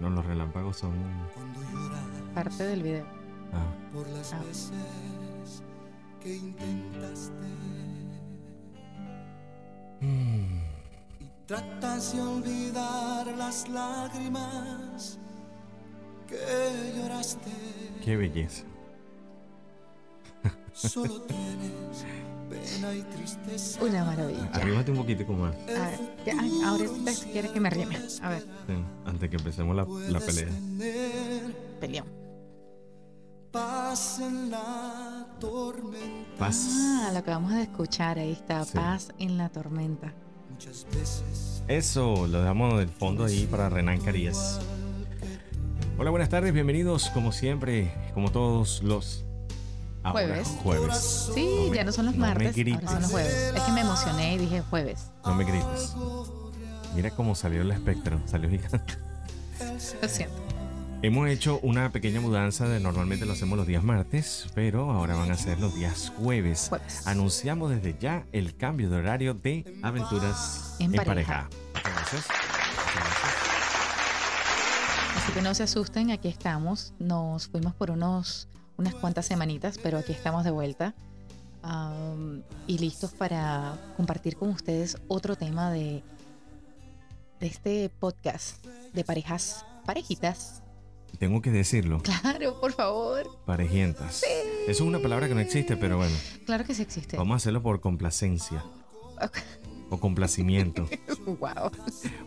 No, los relámpagos son. Parte del video. Ah, por las Ah. veces que intentaste Mm. y tratas de olvidar las lágrimas que lloraste. qué belleza. Solo tienes pena y tristeza. Una maravilla. Arrímate un poquitico más A ver, ya, ay, ahora ustedes quieren que me arrime. A ver, sí, antes que empecemos la, la Puedes pelea. tener peleón. paz en la tormenta. Paz. Ah, lo que vamos a escuchar ahí está. Sí. Paz en la tormenta. Muchas veces. Eso, lo dejamos del fondo ahí para Renan Carías. Hola, buenas tardes, bienvenidos como siempre, como todos los ahora Jueves. jueves. Sí, No me- ya no son los no me martes, ahora grites. son los jueves. Es que me emocioné y dije jueves. No me grites. Mira cómo salió el espectro, salió gigante. Lo siento. Hemos hecho una pequeña mudanza de normalmente lo hacemos los días martes, pero ahora van a ser los días jueves. Jueves. Anunciamos desde ya el cambio de horario de Aventuras En en, pareja. pareja. Muchas gracias. Muchas gracias. Así que no se asusten, aquí estamos. Nos fuimos por unos, unas cuantas semanitas, pero aquí estamos de vuelta. Am, y listos para compartir con ustedes otro tema de, de este podcast de parejas, parejitas. Tengo que decirlo, Claro, por favor. parejientas. Eso es una palabra que no existe, pero bueno, Claro que sí existe. vamos a hacerlo por complacencia o complacimiento wow.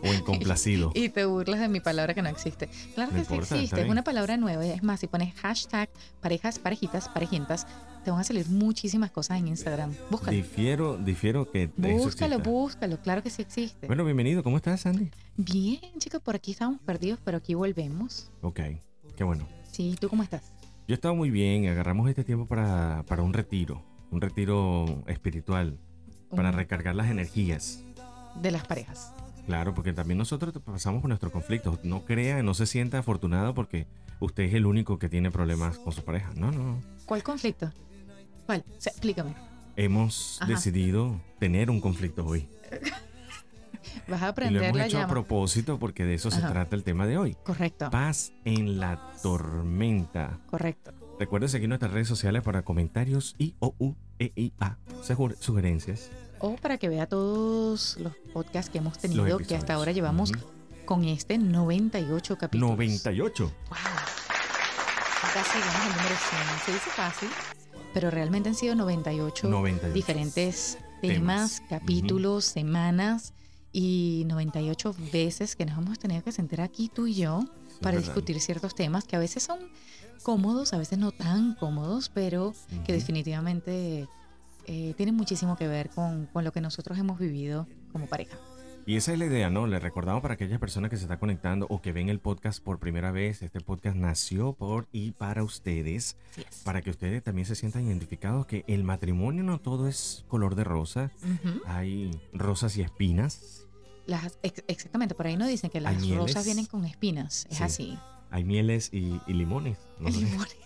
o incomplacido. Y te burlas de mi palabra que no existe. Claro No que importa, sí está existe. Es bien. una palabra nueva. Es más, si pones hashtag parejas, parejitas, parejientas, te van a salir muchísimas cosas en Instagram. Búscalo. Difiero, difiero que de eso Búscalo, exista. búscalo. Claro que sí existe. Bueno, bienvenido, ¿cómo estás, Sandy? Bien, chicos, por aquí estábamos perdidos, pero aquí volvemos. Ok, qué bueno. Sí, ¿tú cómo estás? Yo estaba muy bien, agarramos este tiempo para, para un retiro, un retiro espiritual, para Un- recargar las energías. de las parejas. Claro, porque también nosotros pasamos por nuestros conflictos. No crea, no se sienta afortunado porque usted es el único que tiene problemas con su pareja. No, no. ¿Cuál conflicto? ¿Cuál? O sea, explícame. Hemos Ajá. decidido tener un conflicto hoy. Vas a Y lo aprender hemos la hecho a llama. propósito porque de eso Ajá. se trata el tema de hoy. Correcto, Paz en la tormenta. correcto. Recuerden seguir nuestras redes sociales para comentarios y o u e i a Segur- sugerencias. O para que vea todos los podcasts que hemos los tenido, que episodios. hasta ahora llevamos Ujú. con este 98 capítulos. 98. ¡Wow! Casi llegamos al número 100. Se dice fácil, pero realmente han sido 98 98. diferentes temas, Temas. capítulos, semanas y 98 veces que nos hemos tenido que sentar aquí tú y yo Sí, es para verdad. discutir ciertos temas que a veces son cómodos, a veces no tan cómodos, pero que Ujú. definitivamente eh, tienen muchísimo que ver con, con lo que nosotros hemos vivido como pareja. Y esa es la idea, ¿no? Le recordamos para aquellas personas que se están conectando o que ven el podcast por primera vez. Este podcast nació por y para ustedes, Así es. para que ustedes también se sientan identificados que el matrimonio no todo es color de rosa. Ujú. Hay rosas y espinas, Las- ex- exactamente, por ahí no dicen que las Añeles. rosas vienen con espinas, es Sí. así. hay mieles y, y limones. ¿no? Limones.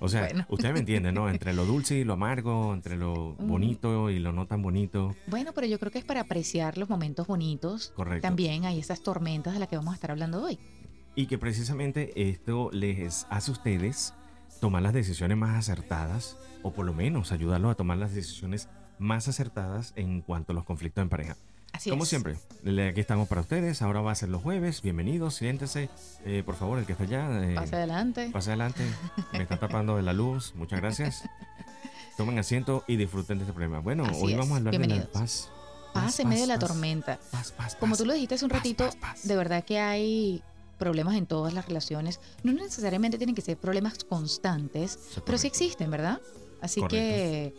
O sea, Bueno. ustedes me entienden, ¿no? Entre lo dulce y lo amargo, entre lo Mm. bonito y lo no tan bonito. Bueno, pero yo creo que es para apreciar los momentos bonitos. Correcto. También hay esas tormentas de las que vamos a estar hablando hoy. Y que precisamente esto les hace a ustedes tomar las decisiones más acertadas, o por lo menos ayudarlos a tomar las decisiones más acertadas en cuanto a los conflictos en pareja. Así Como es. siempre, le- aquí estamos para ustedes. Ahora va a ser los jueves. Bienvenidos, siéntense. Eh, por favor, el que está allá, eh, Pase adelante. pase adelante. Me está tapando de la luz. Muchas gracias. Tomen asiento y disfruten de este programa. Bueno, Así hoy es. vamos a hablar de la Bienvenidos. paz. Paz en medio de la paz, tormenta. paz, paz, Como paz. tú lo dijiste hace un paz, ratito, paz, paz. de verdad que hay problemas en todas las relaciones. No necesariamente tienen que ser problemas constantes, Eso es pero correcto. sí existen, ¿verdad? Así Correcto.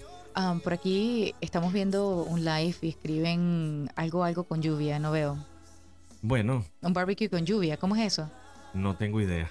que ah, por aquí estamos viendo un live y escriben algo, algo con lluvia, no veo. Bueno, Un barbecue con lluvia, ¿cómo es eso? No tengo idea.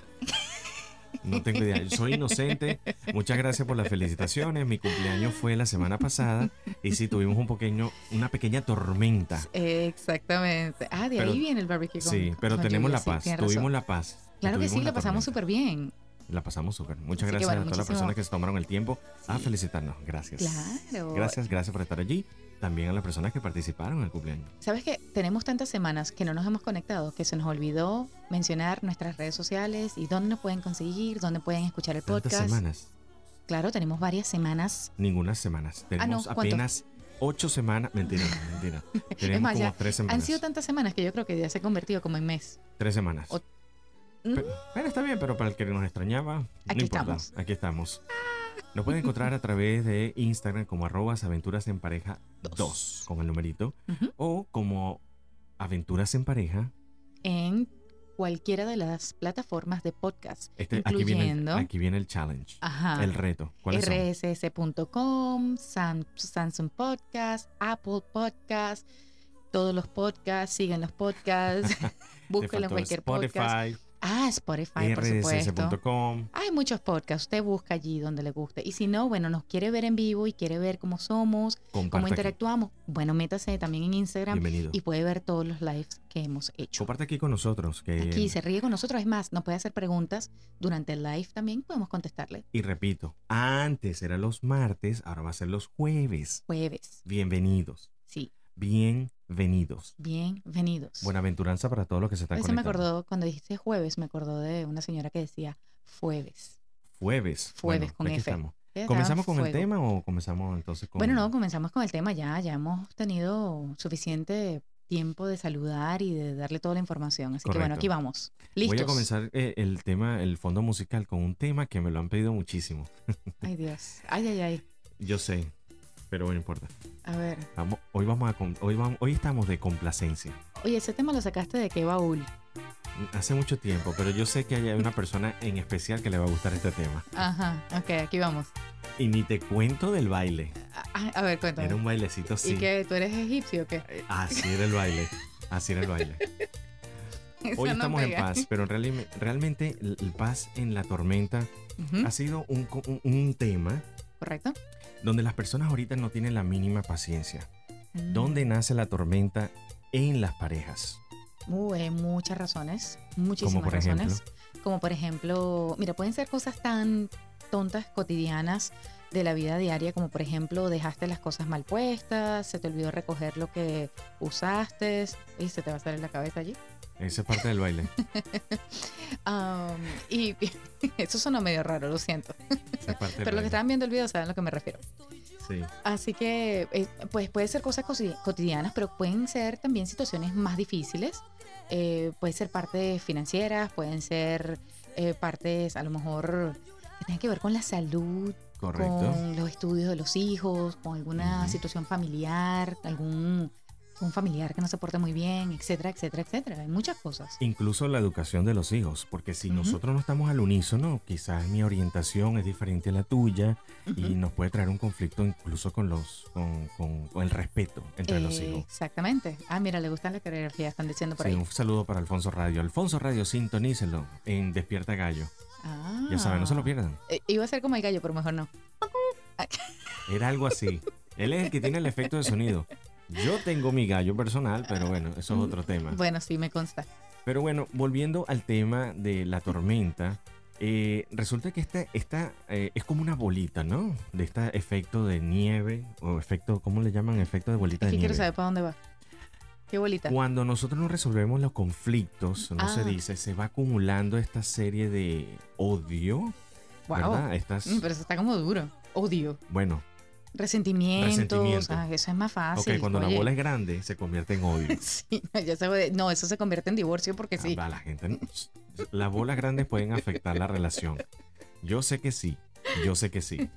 No tengo idea. Soy inocente. Muchas gracias por las felicitaciones. Mi cumpleaños fue la semana pasada y sí tuvimos un pequeño, una pequeña tormenta. Exactamente. Ah, de Pero- ahí viene el barbecue con Sí, pero con tenemos lluvia, la sí, paz. tienes razón. tuvimos la paz. y Claro que tuvimos sí, la pasamos tormenta. súper bien. La pasamos súper. Muchas Así que, gracias bueno, a todas las muchísimo- personas que se tomaron el tiempo a felicitarnos. Gracias. Claro. Gracias, gracias por estar allí. También a las personas que participaron en el cumpleaños. Sabes que tenemos tantas semanas que no nos hemos conectado que se nos olvidó mencionar nuestras redes sociales y dónde nos pueden conseguir, dónde pueden escuchar el ¿Cuántas podcast. semanas? Claro, tenemos varias semanas. Ninguna Ah, semanas. Tenemos ¿cuánto? apenas ocho semanas. Mentira, mentira. Tenemos más, como ya tres Han semanas. sido tantas semanas que yo creo que ya se ha convertido como en mes. Tres semanas. o- Mm. Pe- Pero, está bien, pero para el que nos extrañaba, Aquí no importa. estamos. Aquí estamos. Nos pueden encontrar a través de Instagram como arrobas aventuras en pareja 2 con el numerito Ujú. o como aventuras en pareja. En cualquiera de las plataformas de podcast. Este, aquí, viene el, incluyendo Ah, aquí viene el challenge, ajá, el reto. ¿Cuáles son? rss.com, Sam- Samsung Podcast, Apple Podcast, todos los podcasts, siguen los podcasts, Te búsquenlo en faltó cualquier podcast. Spotify, Ah, Spotify, por supuesto. rss.com. Hay muchos podcasts, usted busca allí donde le guste. Y si no, bueno, nos quiere ver en vivo y quiere ver cómo somos, cómo Comparte aquí. interactuamos, bueno, métase también en Instagram Bienvenido. y puede ver todos los lives que hemos hecho. Comparte aquí con nosotros. Que, Aquí se ríe con nosotros, es más, nos puede hacer preguntas durante el live también, podemos contestarle Y repito, antes era los martes, ahora va a ser los jueves. jueves. Bienvenidos. Sí, Bienvenidos. bienvenidos. Buenaventuranza para todos los que se están Hoy se me conectando. acordó, cuando dijiste jueves, me acordó de una señora que decía jueves. Jueves. Jueves Bueno, con aquí F. estamos. Ella estaba ¿Comenzamos con el fuego. tema o comenzamos entonces con.? Bueno, no, comenzamos con el tema ya. Ya hemos tenido suficiente tiempo de saludar y de darle toda la información. Así que bueno, Correcto. aquí vamos. ¿Listos? Voy a comenzar eh, el tema, el fondo musical, con un tema que me lo han pedido muchísimo. Ay, Dios. Ay, ay, ay. Yo sé, pero no importa. A ver. Vamos- hoy, vamos a, con- hoy, vamos, hoy estamos de complacencia. Oye, ese tema lo sacaste de qué baúl. Hace mucho tiempo, pero yo sé que hay una persona en especial que le va a gustar este tema. Ajá. Ok, aquí vamos. Y ni te cuento del baile. A, a ver, cuéntame. Era un bailecito así. ¿Y que tú eres egipcio o qué? Eh, Así era el baile. Así era el baile. Eso Hoy no estamos en pega. paz, pero realme- realmente el el paz en la tormenta Ujú, ha sido un, co- un- un tema ¿Correcto? donde las personas ahorita no tienen la mínima paciencia. Mm. ¿Dónde nace la tormenta? En las parejas. Uh, hay muchas razones, muchísimas por razones. Como por ejemplo, mira, pueden ser cosas tan tontas, cotidianas de la vida diaria, como por ejemplo, dejaste las cosas mal puestas, se te olvidó recoger lo que usaste, y se te va a salir la cabeza allí. Esa es parte del baile. Am, y eso suena medio raro, lo siento. Esa es parte del Pero los que baile. estaban viendo el video saben a lo que me refiero. Sí. Así que, eh, pues puede ser cosas cosi- cotidianas, pero pueden ser también situaciones más difíciles. Eh, puede ser partes financieras, pueden ser eh, partes a lo mejor que tengan que ver con la salud, Correcto. con los estudios de los hijos, con alguna Ujú. situación familiar, algún un familiar que no se porta muy bien, etcétera, etcétera, etcétera. Hay muchas cosas. Incluso la educación de los hijos, porque si Ujú. nosotros no estamos al unísono, quizás mi orientación es diferente a la tuya y Ujú. nos puede traer un conflicto incluso con los con, con- con el respeto entre los Eh, hijos. Exactamente. Ah, mira, le gustan las coreografías, están diciendo por Sí, ahí. un saludo para Alfonso Radio. Alfonso Radio, sintonícelo en Despierta Gallo. Ya saben, no se Ah. lo pierdan. Eh, iba a ser como el gallo, pero mejor no. Era algo así. Él es el que tiene el efecto de sonido. Yo tengo mi gallo personal, pero bueno, eso es otro tema. Bueno, sí, me consta. Pero bueno, volviendo al tema de la tormenta, eh, resulta que esta, esta eh, es como una bolita, ¿no? De este efecto de nieve, o efecto, ¿cómo le llaman? Efecto de bolita Es de que quiero nieve. saber para dónde va. Qué bolita. Cuando nosotros no resolvemos los conflictos, no se Ah. dice, se va acumulando esta serie de odio, Wow. ¿verdad? Estas, Mm, Pero eso está como duro. Odio. bueno, Resentimientos. Resentimiento. Ah, eso es más ok, fácil. cuando la oye. bola es grande, se convierte en odio. Sí, no, ya se jode. No, eso se convierte en divorcio porque sí. Ah, va, la gente, las bolas grandes pueden afectar la relación. Yo sé que sí, yo sé que sí.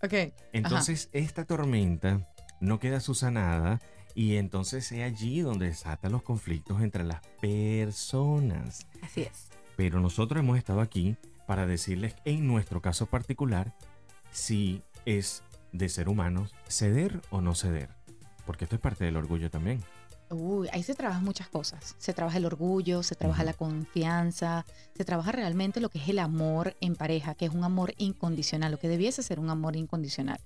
Ok. Entonces, esta tormenta no queda susanada y entonces es allí donde desatan los conflictos entre las personas. Así es. Pero nosotros hemos estado aquí para decirles, en nuestro caso particular, si es de ser humanos ceder o no ceder. Porque esto es parte del orgullo también. Uy, ahí se trabajan muchas cosas. Se trabaja el orgullo, se trabaja Ujú. la confianza, se trabaja realmente lo que es el amor en pareja, que es un amor incondicional, lo que debiese ser un amor incondicional.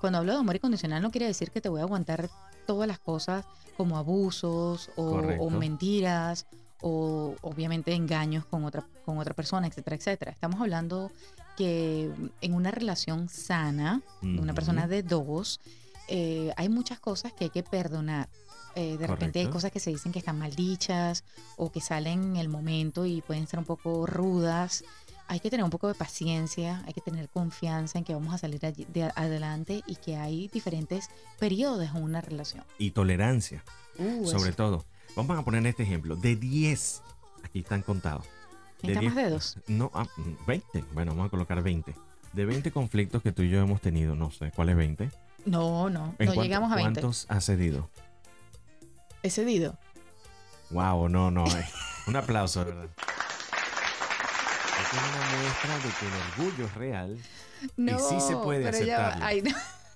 Cuando hablo de amor incondicional no quiere decir que te voy a aguantar todas las cosas como abusos o, o Correcto. mentiras o obviamente engaños con otra, con otra persona, etcétera, etcétera. Estamos hablando que en una relación sana, de una persona de dos, eh, hay muchas cosas que hay que perdonar. Eh, de repente hay Correcto. cosas que se dicen que están mal dichas o que salen en el momento y pueden ser un poco rudas. Hay que tener un poco de paciencia, hay que tener confianza en que vamos a salir allí- de adelante y que hay diferentes periodos en una relación. Y tolerancia, Uh, sobre eso. todo. Vamos a poner este ejemplo. De 10, aquí están contados. de Necesitamos 10. dedos. No, ah, mm, 20. Bueno, vamos a colocar 20. De 20 conflictos que tú y yo hemos tenido, no sé, ¿cuál es 20? ¿En No, no, no cuánto- llegamos a 20. ¿Cuántos has cedido? He cedido. Wow, no, no. eh. Un aplauso, de verdad. Esta es una muestra de que el orgullo es real. No, sí se puede pero ya va. aceptarlo. Ay, no.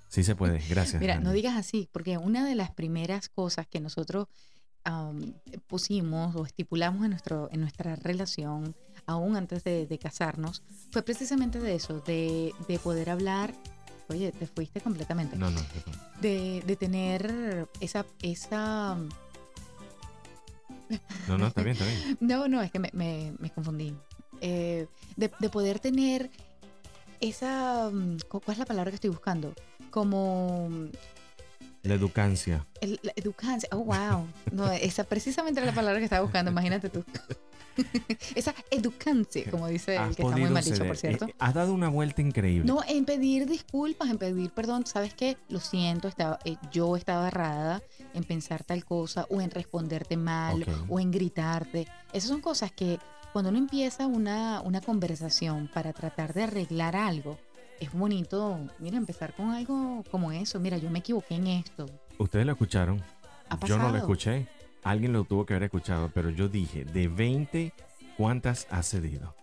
Sí se puede, gracias. Mira, no Andy. digas así, porque una de las primeras cosas que nosotros am, pusimos o estipulamos en, nuestro, en nuestra relación, aún antes de, de casarnos, fue precisamente de eso, de, de poder hablar. Oye, te fuiste completamente. No, no, no. De, de tener esa, esa. No, no, está bien, está bien. No, no, es que me, me- me confundí. Eh, de, de poder tener esa. mm, ¿cu- ¿Cuál es la palabra que estoy buscando? Como mm, La educancia. El- la educancia, oh wow. No, esa precisamente era la palabra que estaba buscando, imagínate tú. esa educancia, como dice el Has que está muy podido mal dicho, ceder. por cierto. Eh, Has dado una vuelta increíble. No, en pedir disculpas, en pedir perdón, sabes qué? lo siento, estaba, eh, yo estaba errada en pensar tal cosa o en responderte mal Ok. o en gritarte. Esas son cosas que cuando uno empieza una, una conversación para tratar de arreglar algo, es bonito, mira, empezar con algo como eso, mira, yo me equivoqué en esto. Ustedes lo escucharon. Ha Yo no lo pasado. escuché. Alguien lo tuvo que haber escuchado, pero yo dije, de 20, ¿cuántas has cedido?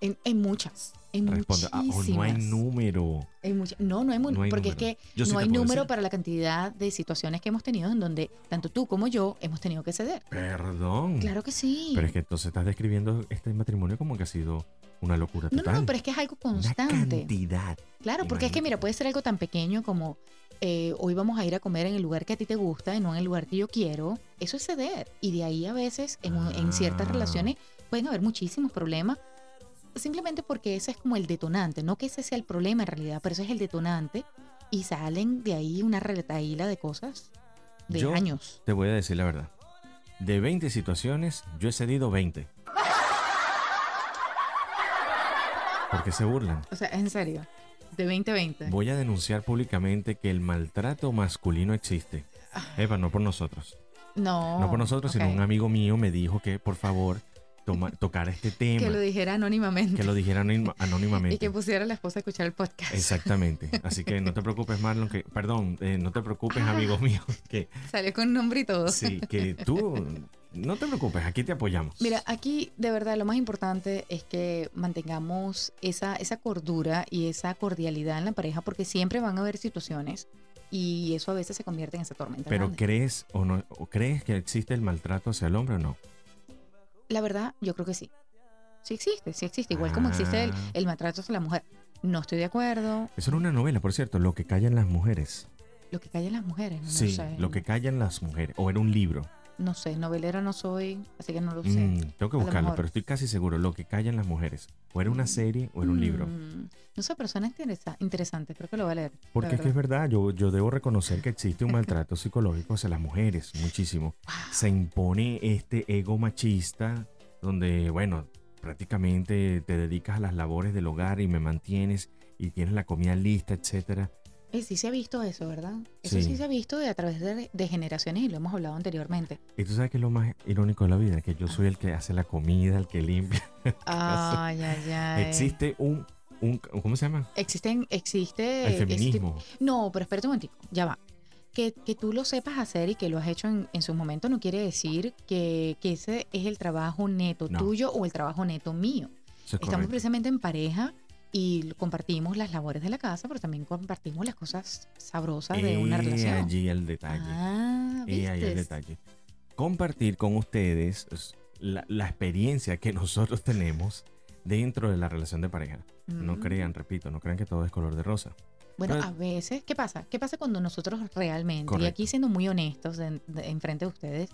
En, en muchas. En Responde, ah, oh, muchísimas. no hay número. En mucha- no, no hay, mu- No hay porque número. es que Yo sí no te hay puedo número decir. para la cantidad de situaciones que hemos tenido en donde tanto tú como yo hemos tenido que ceder. Perdón. Claro que sí. Mm. Pero es que entonces estás describiendo este matrimonio como que ha sido una locura no, total. no, no, pero es que es algo una constante. cantidad. Claro, porque es que mira, imagínate. puede ser algo tan pequeño como eh, hoy vamos a ir a comer en el lugar que a ti te gusta y no en el lugar que yo quiero. Eso es ceder. Y de ahí a veces en, un- en ciertas Ah. relaciones pueden haber muchísimos problemas. Simplemente porque ese es como el detonante. No que ese sea el problema en realidad, pero ese es el detonante. Y salen de ahí una retaíla de cosas de Yo- años. Te voy a decir la verdad. De 20 situaciones, yo he cedido 20. Porque se burlan. O sea, en serio. De 2020. Voy a denunciar públicamente que el maltrato masculino existe. Eva, no por nosotros. No. no por nosotros, sino Ah. Oh, ok. un amigo mío me dijo que por favor toma- tocar este tema. Que lo dijera anónimamente. que lo dijera anónima- anónimamente. y que pusiera a la esposa a escuchar el podcast. Exactamente. Así que no te preocupes, Marlon, que, perdón, eh, no te preocupes, Ah. amigo mío, que Salió con nombre y todo. sí, que tú no te preocupes, aquí te apoyamos. Mira, aquí de verdad lo más importante es que mantengamos esa, esa cordura y esa cordialidad en la pareja porque siempre van a haber situaciones y eso a veces se convierte en esa tormenta. Pero grande. crees o no o crees que existe el maltrato hacia el hombre o no? la verdad, yo creo que sí. Sí existe, sí existe. Igual como existe el, Ah. el maltrato hacia la mujer. No estoy de acuerdo. Eso era una novela, por cierto, lo que callan las mujeres. Lo que callan las mujeres, no lo sí, sé. lo que callan las mujeres o era un libro. No sé, novelera no soy, así que no lo sé. Mm, tengo que lo buscarlo, mejor. pero estoy casi seguro lo que callan las mujeres o era una Mm. serie o era un libro. Mm, No sé, pero suena interesa- interesante. Creo que lo voy a leer. la Porque es que es verdad. verdad, yo, yo debo reconocer que existe un maltrato psicológico hacia las mujeres, muchísimo. Se impone este ego machista donde, bueno, prácticamente te dedicas a las labores del hogar y me mantienes y tienes la comida lista, etcétera. Eh, sí se ha visto eso, ¿verdad? Eso Sí. sí, se ha visto de, a través de, de generaciones y lo hemos hablado anteriormente. Y tú sabes que es lo más irónico de la vida, que yo Ah. soy el que hace la comida, el que limpia. Ay, ay, ay. Existe un, un, ¿cómo se llama? Existen, existe... El ese tipo- feminismo. No, pero espérate un momentico, ya va. Que, que tú lo sepas hacer y que lo has hecho en, en su momento no quiere decir que, que ese es el trabajo neto No. tuyo o el trabajo neto mío. Eso es Estamos correcto. precisamente en pareja y compartimos las labores de la casa, pero también compartimos las cosas sabrosas de una He relación. Eh, allí Eh, el detalle. Ah, Y ahí el ¿vistes? detalle. Compartir con ustedes es, la, la experiencia que nosotros tenemos dentro de la relación de pareja. No Mm. crean, repito, no crean que todo es color de rosa. Bueno, Pero- a veces, ¿qué pasa? ¿Qué pasa cuando nosotros realmente, y Ah. Correcto. aquí siendo muy honestos de- de- enfrente de ustedes,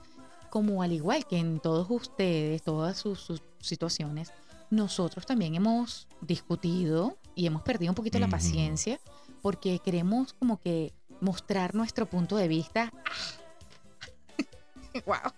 como al igual que en todos ustedes, todas sus, sus situaciones, nosotros también hemos discutido y hemos perdido un poquito la Ujú. paciencia porque queremos como que mostrar nuestro punto de vista. wow.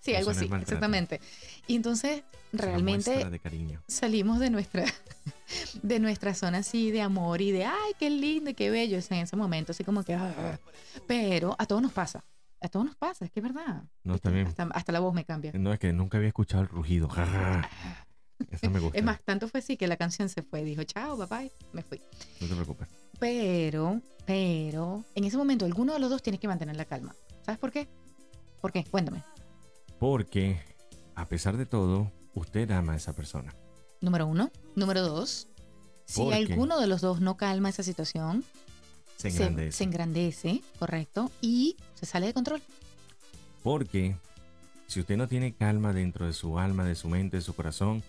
sí, Eso algo no es así, maltrato. exactamente. Y entonces Es una realmente muestra de cariño. salimos de nuestra, de nuestra zona así de amor y de ay, qué lindo, y qué bello. Es en ese momento, así como que. "Ah". Pero a todos nos pasa. A todos nos pasa, es que es verdad. No, también. Hasta, hasta la voz me cambia. No, es que nunca había escuchado el rugido. Eso me gusta. Es más, tanto fue así que la canción se fue. Dijo, chao, papá, me fui. No te preocupes. Pero, pero, en ese momento alguno de los dos tiene que mantener la calma. ¿Sabes por qué? ¿Por qué? Cuéntame. Porque, a pesar de todo, usted ama a esa persona. Número uno. Número dos. Si ¿Por qué? alguno de los dos no calma esa situación, Se engrandece. se engrandece, correcto, y se sale de control. Porque si usted no tiene calma dentro de su alma, de su mente, de su corazón,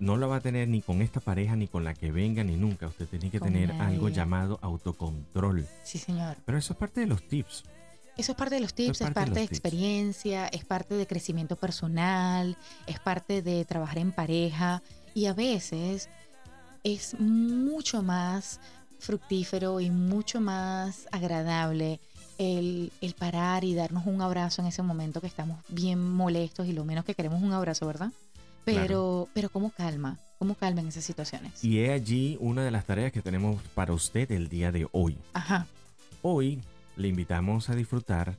no la va a tener ni con esta pareja, ni con la que venga, ni nunca. Usted tiene que Con tener nadie. algo llamado autocontrol. Sí, señor. Pero eso es parte de los tips. Eso es parte de los es tips, es parte de parte, los de, tips. experiencia, es parte de crecimiento personal, es parte de trabajar en pareja y a veces es mucho más fructífero y mucho más agradable el, el parar y darnos un abrazo en ese momento que estamos bien molestos y lo menos que queremos es un abrazo, ¿verdad? Pero, pero cómo calma, cómo calma en esas situaciones. Y es allí una de las tareas que tenemos para usted el día de hoy. Ajá. Hoy le invitamos a disfrutar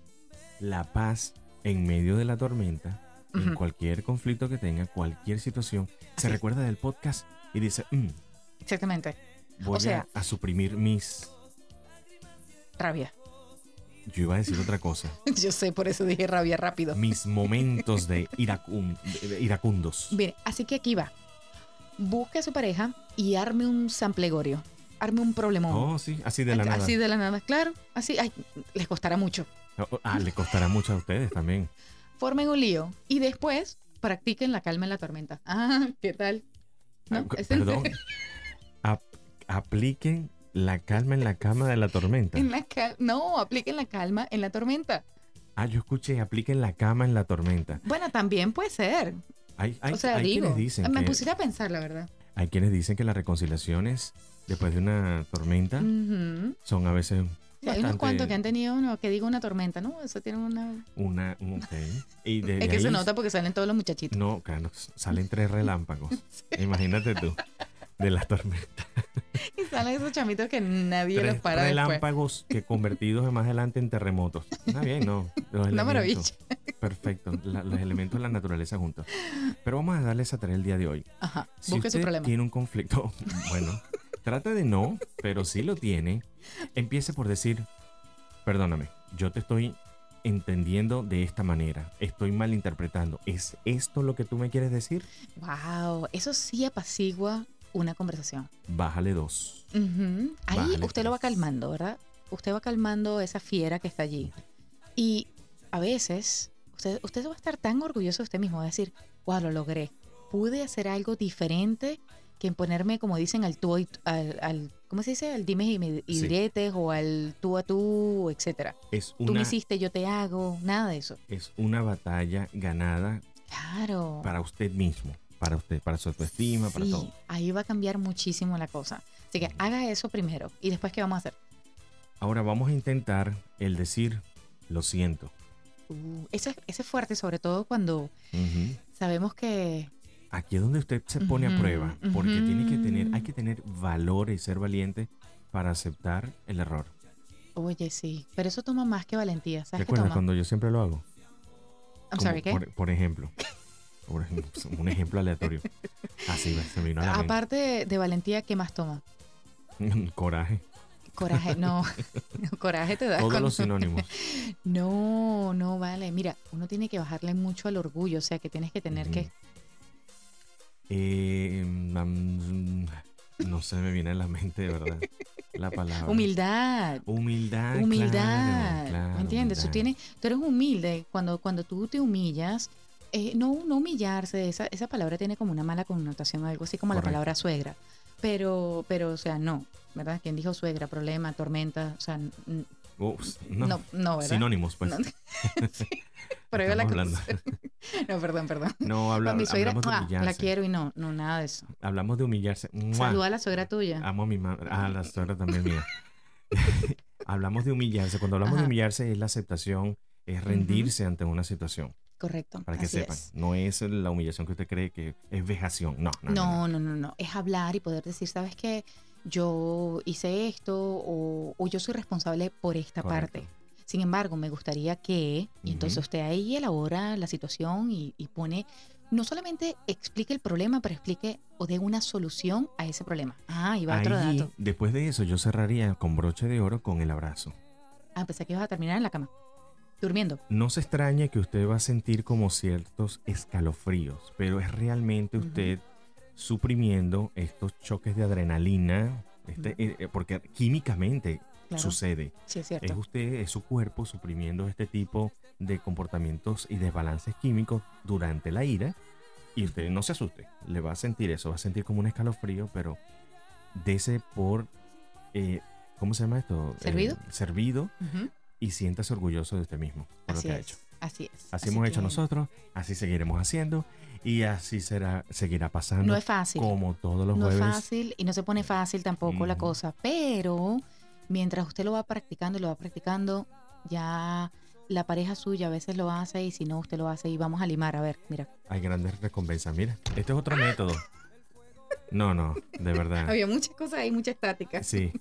la paz en medio de la tormenta, en ujú, cualquier conflicto que tenga, cualquier situación. Así Se es. recuerda del podcast y dice, "Mm, Exactamente. voy a- sea- a suprimir mis... Rabia. Yo iba a decir otra cosa. Yo sé, por eso dije rabia rápido. mis momentos de, iracun- de- de iracundos. Bien, así que aquí va. Busque a su pareja y arme un samplegorio. Arme un problemón. Oh, sí, así de la nada. así de la nada, claro. Así, ay, les costará mucho. Oh, Ah, le costará mucho a ustedes también. Formen un lío y después practiquen la calma en la tormenta. Ah, ¿qué tal? ¿No? Ah, Es en Perdón. serio. Ap- apliquen la calma en la cama de la tormenta. En la cal- no, apliquen la calma en la tormenta. Ah, yo escuché, apliquen la cama en la tormenta. Bueno, también puede ser. Hay, hay- o sea, hay digo, quienes dicen me que, pusiste a pensar, la verdad. hay quienes dicen que las reconciliaciones después de una tormenta Mm. Ujú. son a veces Hay unos Ah, Bastante- cuantos que han tenido, no, que digo una tormenta, ¿no? Eso tiene una... una... un- ok. Y de- Es de que se ahí- nota porque salen todos los muchachitos. No, claro, salen tres relámpagos. Imagínate tú, de las tormentas. Y salen esos chamitos que nadie Tres los para después. relámpagos que convertidos más adelante en terremotos. Está bien, ¿no? Los Una elementos. maravilla. Perfecto. la- los elementos de la naturaleza juntos. Pero vamos a darle esa tarea el día de hoy. Ajá. Si Busque usted su problema. tiene un conflicto, bueno, trate de no, pero si lo tiene, empiece por decir, perdóname, yo te estoy entendiendo de esta manera, estoy malinterpretando. ¿Es esto lo que tú me quieres decir? Wow, eso sí apacigua una conversación. Bájale dos. Ujú. Ahí Vale, usted lo va pues. calmando, ¿verdad? Usted va calmando esa fiera que está allí. Y a veces usted, usted va a estar tan orgulloso de usted mismo, va a decir, wow, lo logré. Pude hacer algo diferente que ponerme, como dicen, al tú y- al, al- ¿cómo se dice? Al dime y, me- y Sí. diretes o al tú a tú, etcétera. Es Tú me una, hiciste, yo te hago, nada de eso. es una batalla ganada Claro. para usted mismo, para usted, para su autoestima, para Sí, todo. Ahí va a cambiar muchísimo la cosa. Así que haga eso primero. ¿Y después qué vamos a hacer? Ahora vamos a intentar el decir lo siento. Uh, eso, es- eso es fuerte, sobre todo cuando Ujú. sabemos que. Aquí es donde usted se pone a Ujú, prueba, porque tiene que tener, ujú. hay que tener valor y ser valiente para aceptar el error. Oye, sí. Pero eso toma más que valentía. ¿Sabes qué ¿Recuerdas toma? cuando yo siempre lo hago? I'm Como sorry, ¿qué? Por, por ejemplo, por ejemplo, un ejemplo aleatorio. Así va, se me vino a Ah, la mente. Aparte de, de valentía, ¿qué más toma? Coraje. Coraje, no. Coraje te da. Todos Ah, cuando- los sinónimos. No, no vale. Mira, uno tiene que bajarle mucho al orgullo. O sea, que tienes que tener que. Eh, mm, no se me viene a la mente, de verdad, la palabra. Humildad. Humildad. humildad. claro, Ah, claro, ¿Me entiendes? Tú, humildad. tienes, tú eres humilde. Cuando, cuando tú te humillas, eh, no, no humillarse, esa, esa palabra tiene como una mala connotación, algo así como Correcto. la palabra suegra. Pero, pero, o sea, no, ¿verdad? ¿Quién dijo suegra? Problema, tormenta, o sea, n- n- Ups, no. no, no, ¿verdad? Sinónimos, pues. No, Prohíbe la Estamos cruz. no, perdón, perdón. No, habla- mi suegra, hablamos de ¡mua! humillarse. la quiero y no, no, nada de eso. Hablamos de humillarse. ¡Mua! Ah, Saluda a la suegra tuya. Amo a mi madre. A la suegra también mía. hablamos de humillarse. Cuando hablamos de Ajá. humillarse es la aceptación, es rendirse ante una situación. Correcto. Para que así sepan. es. No es la humillación que usted cree que es vejación. No, no. no, no. No, no, no, no. Es hablar y poder decir, ¿sabes qué? Yo hice esto o, o yo soy responsable por esta Correcto. parte. Sin embargo, me gustaría que, y entonces Ujú. usted ahí elabora la situación y, y pone, no solamente explique el problema, pero explique o dé una solución a ese problema. Ah, y va otro Ahí, dato. Después de eso, yo cerraría con broche de oro con el abrazo. Ah, pensé que ibas a terminar en la cama, durmiendo. No se extrañe que usted va a sentir como ciertos escalofríos, pero es realmente Ujú. usted suprimiendo estos choques de adrenalina, este, Ujú. eh, eh, porque químicamente Claro. sucede. Sí, es Es cierto. usted, es su cuerpo suprimiendo este tipo de comportamientos y desbalances químicos durante la ira. Y usted no se asuste, le va a sentir eso, va a sentir como un escalofrío, pero dese por, eh, ¿cómo se llama esto? Eh, ¿Servido? servido Ujú. y siéntase orgulloso de usted mismo por Así lo que ha es, hecho. Así es. Así, Así hemos hecho que nosotros, así seguiremos haciendo y así será, seguirá pasando No es fácil. como todos los no es jueves. fácil y no se pone fácil tampoco la Ujú. cosa, pero mientras usted lo va practicando y lo va practicando, ya la pareja suya a veces lo hace y si no, usted lo hace y vamos a limar. A ver, mira. Hay grandes recompensas. Mira, este es otro método. No, no, de verdad. Había muchas cosas ahí, mucha estática. Sí. Sí.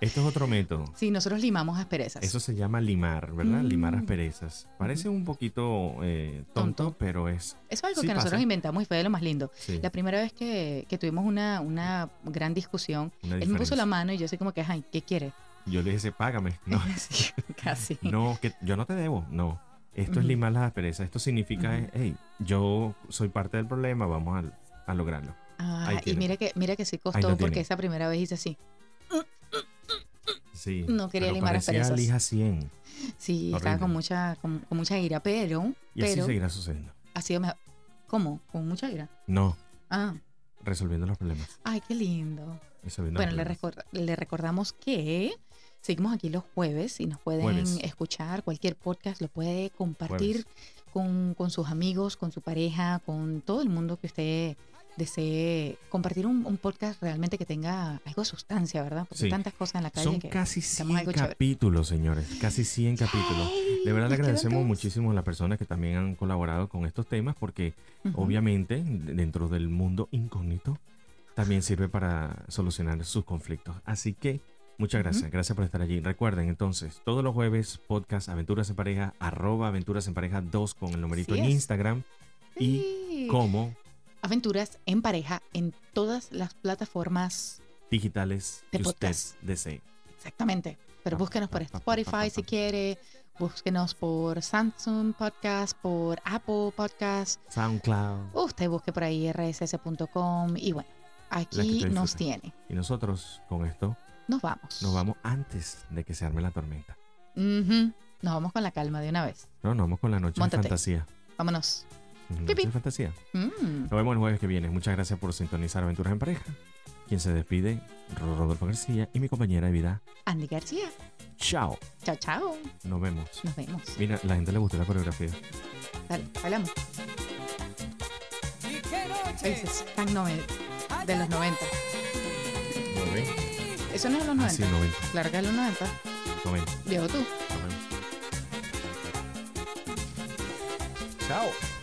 Esto es otro método. nosotros limamos asperezas. Eso se llama limar, ¿verdad? Limar Mm. asperezas. Parece un poquito eh, tonto, Tonto. pero es. Eso es algo sí que nosotros pasa. inventamos y fue de lo más lindo. Sí, La primera vez que, que tuvimos una, una gran discusión, una él me puso diferencia. la mano y yo sé como que, ay, ¿qué quiere? Yo le dije, págame. No, Sí, Casi. no, que yo no te debo. No. Esto es Ujú. limar las asperezas. Esto significa, Ujú. eh, hey, yo soy parte del problema, vamos a, a lograrlo. Ah, Ahí y tiene. mira que, mira que sí lo costó porque tiene. esa primera vez hice así. Sí. No quería pero limar parecía asperezas. lija 100. Sí, estaba Horrible. con mucha, con, con mucha ira, pero, Y así pero seguirá sucediendo. ha sido mejor. ¿Cómo? Con mucha ira. No, Ah, resolviendo los problemas. ay, qué lindo. Resolviendo bueno, los le, problemas. recor- le recordamos que seguimos aquí los jueves y nos pueden Jueves. escuchar. Cualquier podcast lo puede compartir con, con sus amigos, con su pareja, con todo el mundo que usted desee compartir un, un podcast realmente que tenga algo de sustancia, ¿verdad? Porque Sí. hay tantas cosas en la calle Son que... casi estamos 100 algo chévere. capítulos, señores. Casi 100 capítulos. ¡Yay! De verdad Nos le quedan agradecemos dos. muchísimo a las personas que también han colaborado con estos temas porque Ujú. obviamente dentro del mundo incógnito también sirve para solucionar sus conflictos. Así que muchas gracias, Ujú. gracias por estar allí. Recuerden entonces, todos los jueves podcast Aventuras en Pareja, arroba Aventuras en Pareja 2 con el numerito Así en es. Instagram y Sí. como Aventuras en pareja en todas las plataformas, digitales De que usted podcast. desee. exactamente. Pero Pam, búsquenos por pam, pam, pam, pam, Spotify si pam. quiere, búsquenos por Samsung Podcast, por Apple Podcast, SoundCloud. usted busque por ahí rss.com y bueno, aquí usted nos disfrute. tiene. Y nosotros con esto Nos vamos. nos vamos antes de que se arme la tormenta. Ujú, Nos vamos con la calma de una vez. No, nos vamos con la noche Móntate. de fantasía. Vámonos. Noche Pipí. de fantasía. Mm. Nos vemos el jueves que viene. Muchas gracias por sintonizar Aventuras en Pareja. Quien se despide, Rodolfo García y mi compañera de vida. Andy García. Chao. Chao, chao. Nos vemos. Nos vemos. Mira, la gente le gustó la coreografía. Dale, hablamos. ¿Y qué noche? Ese es tan noven- de los 90. Eso no es de los 90. Así, 90. Claro que es de los 90. 90. Diego tú. Chao.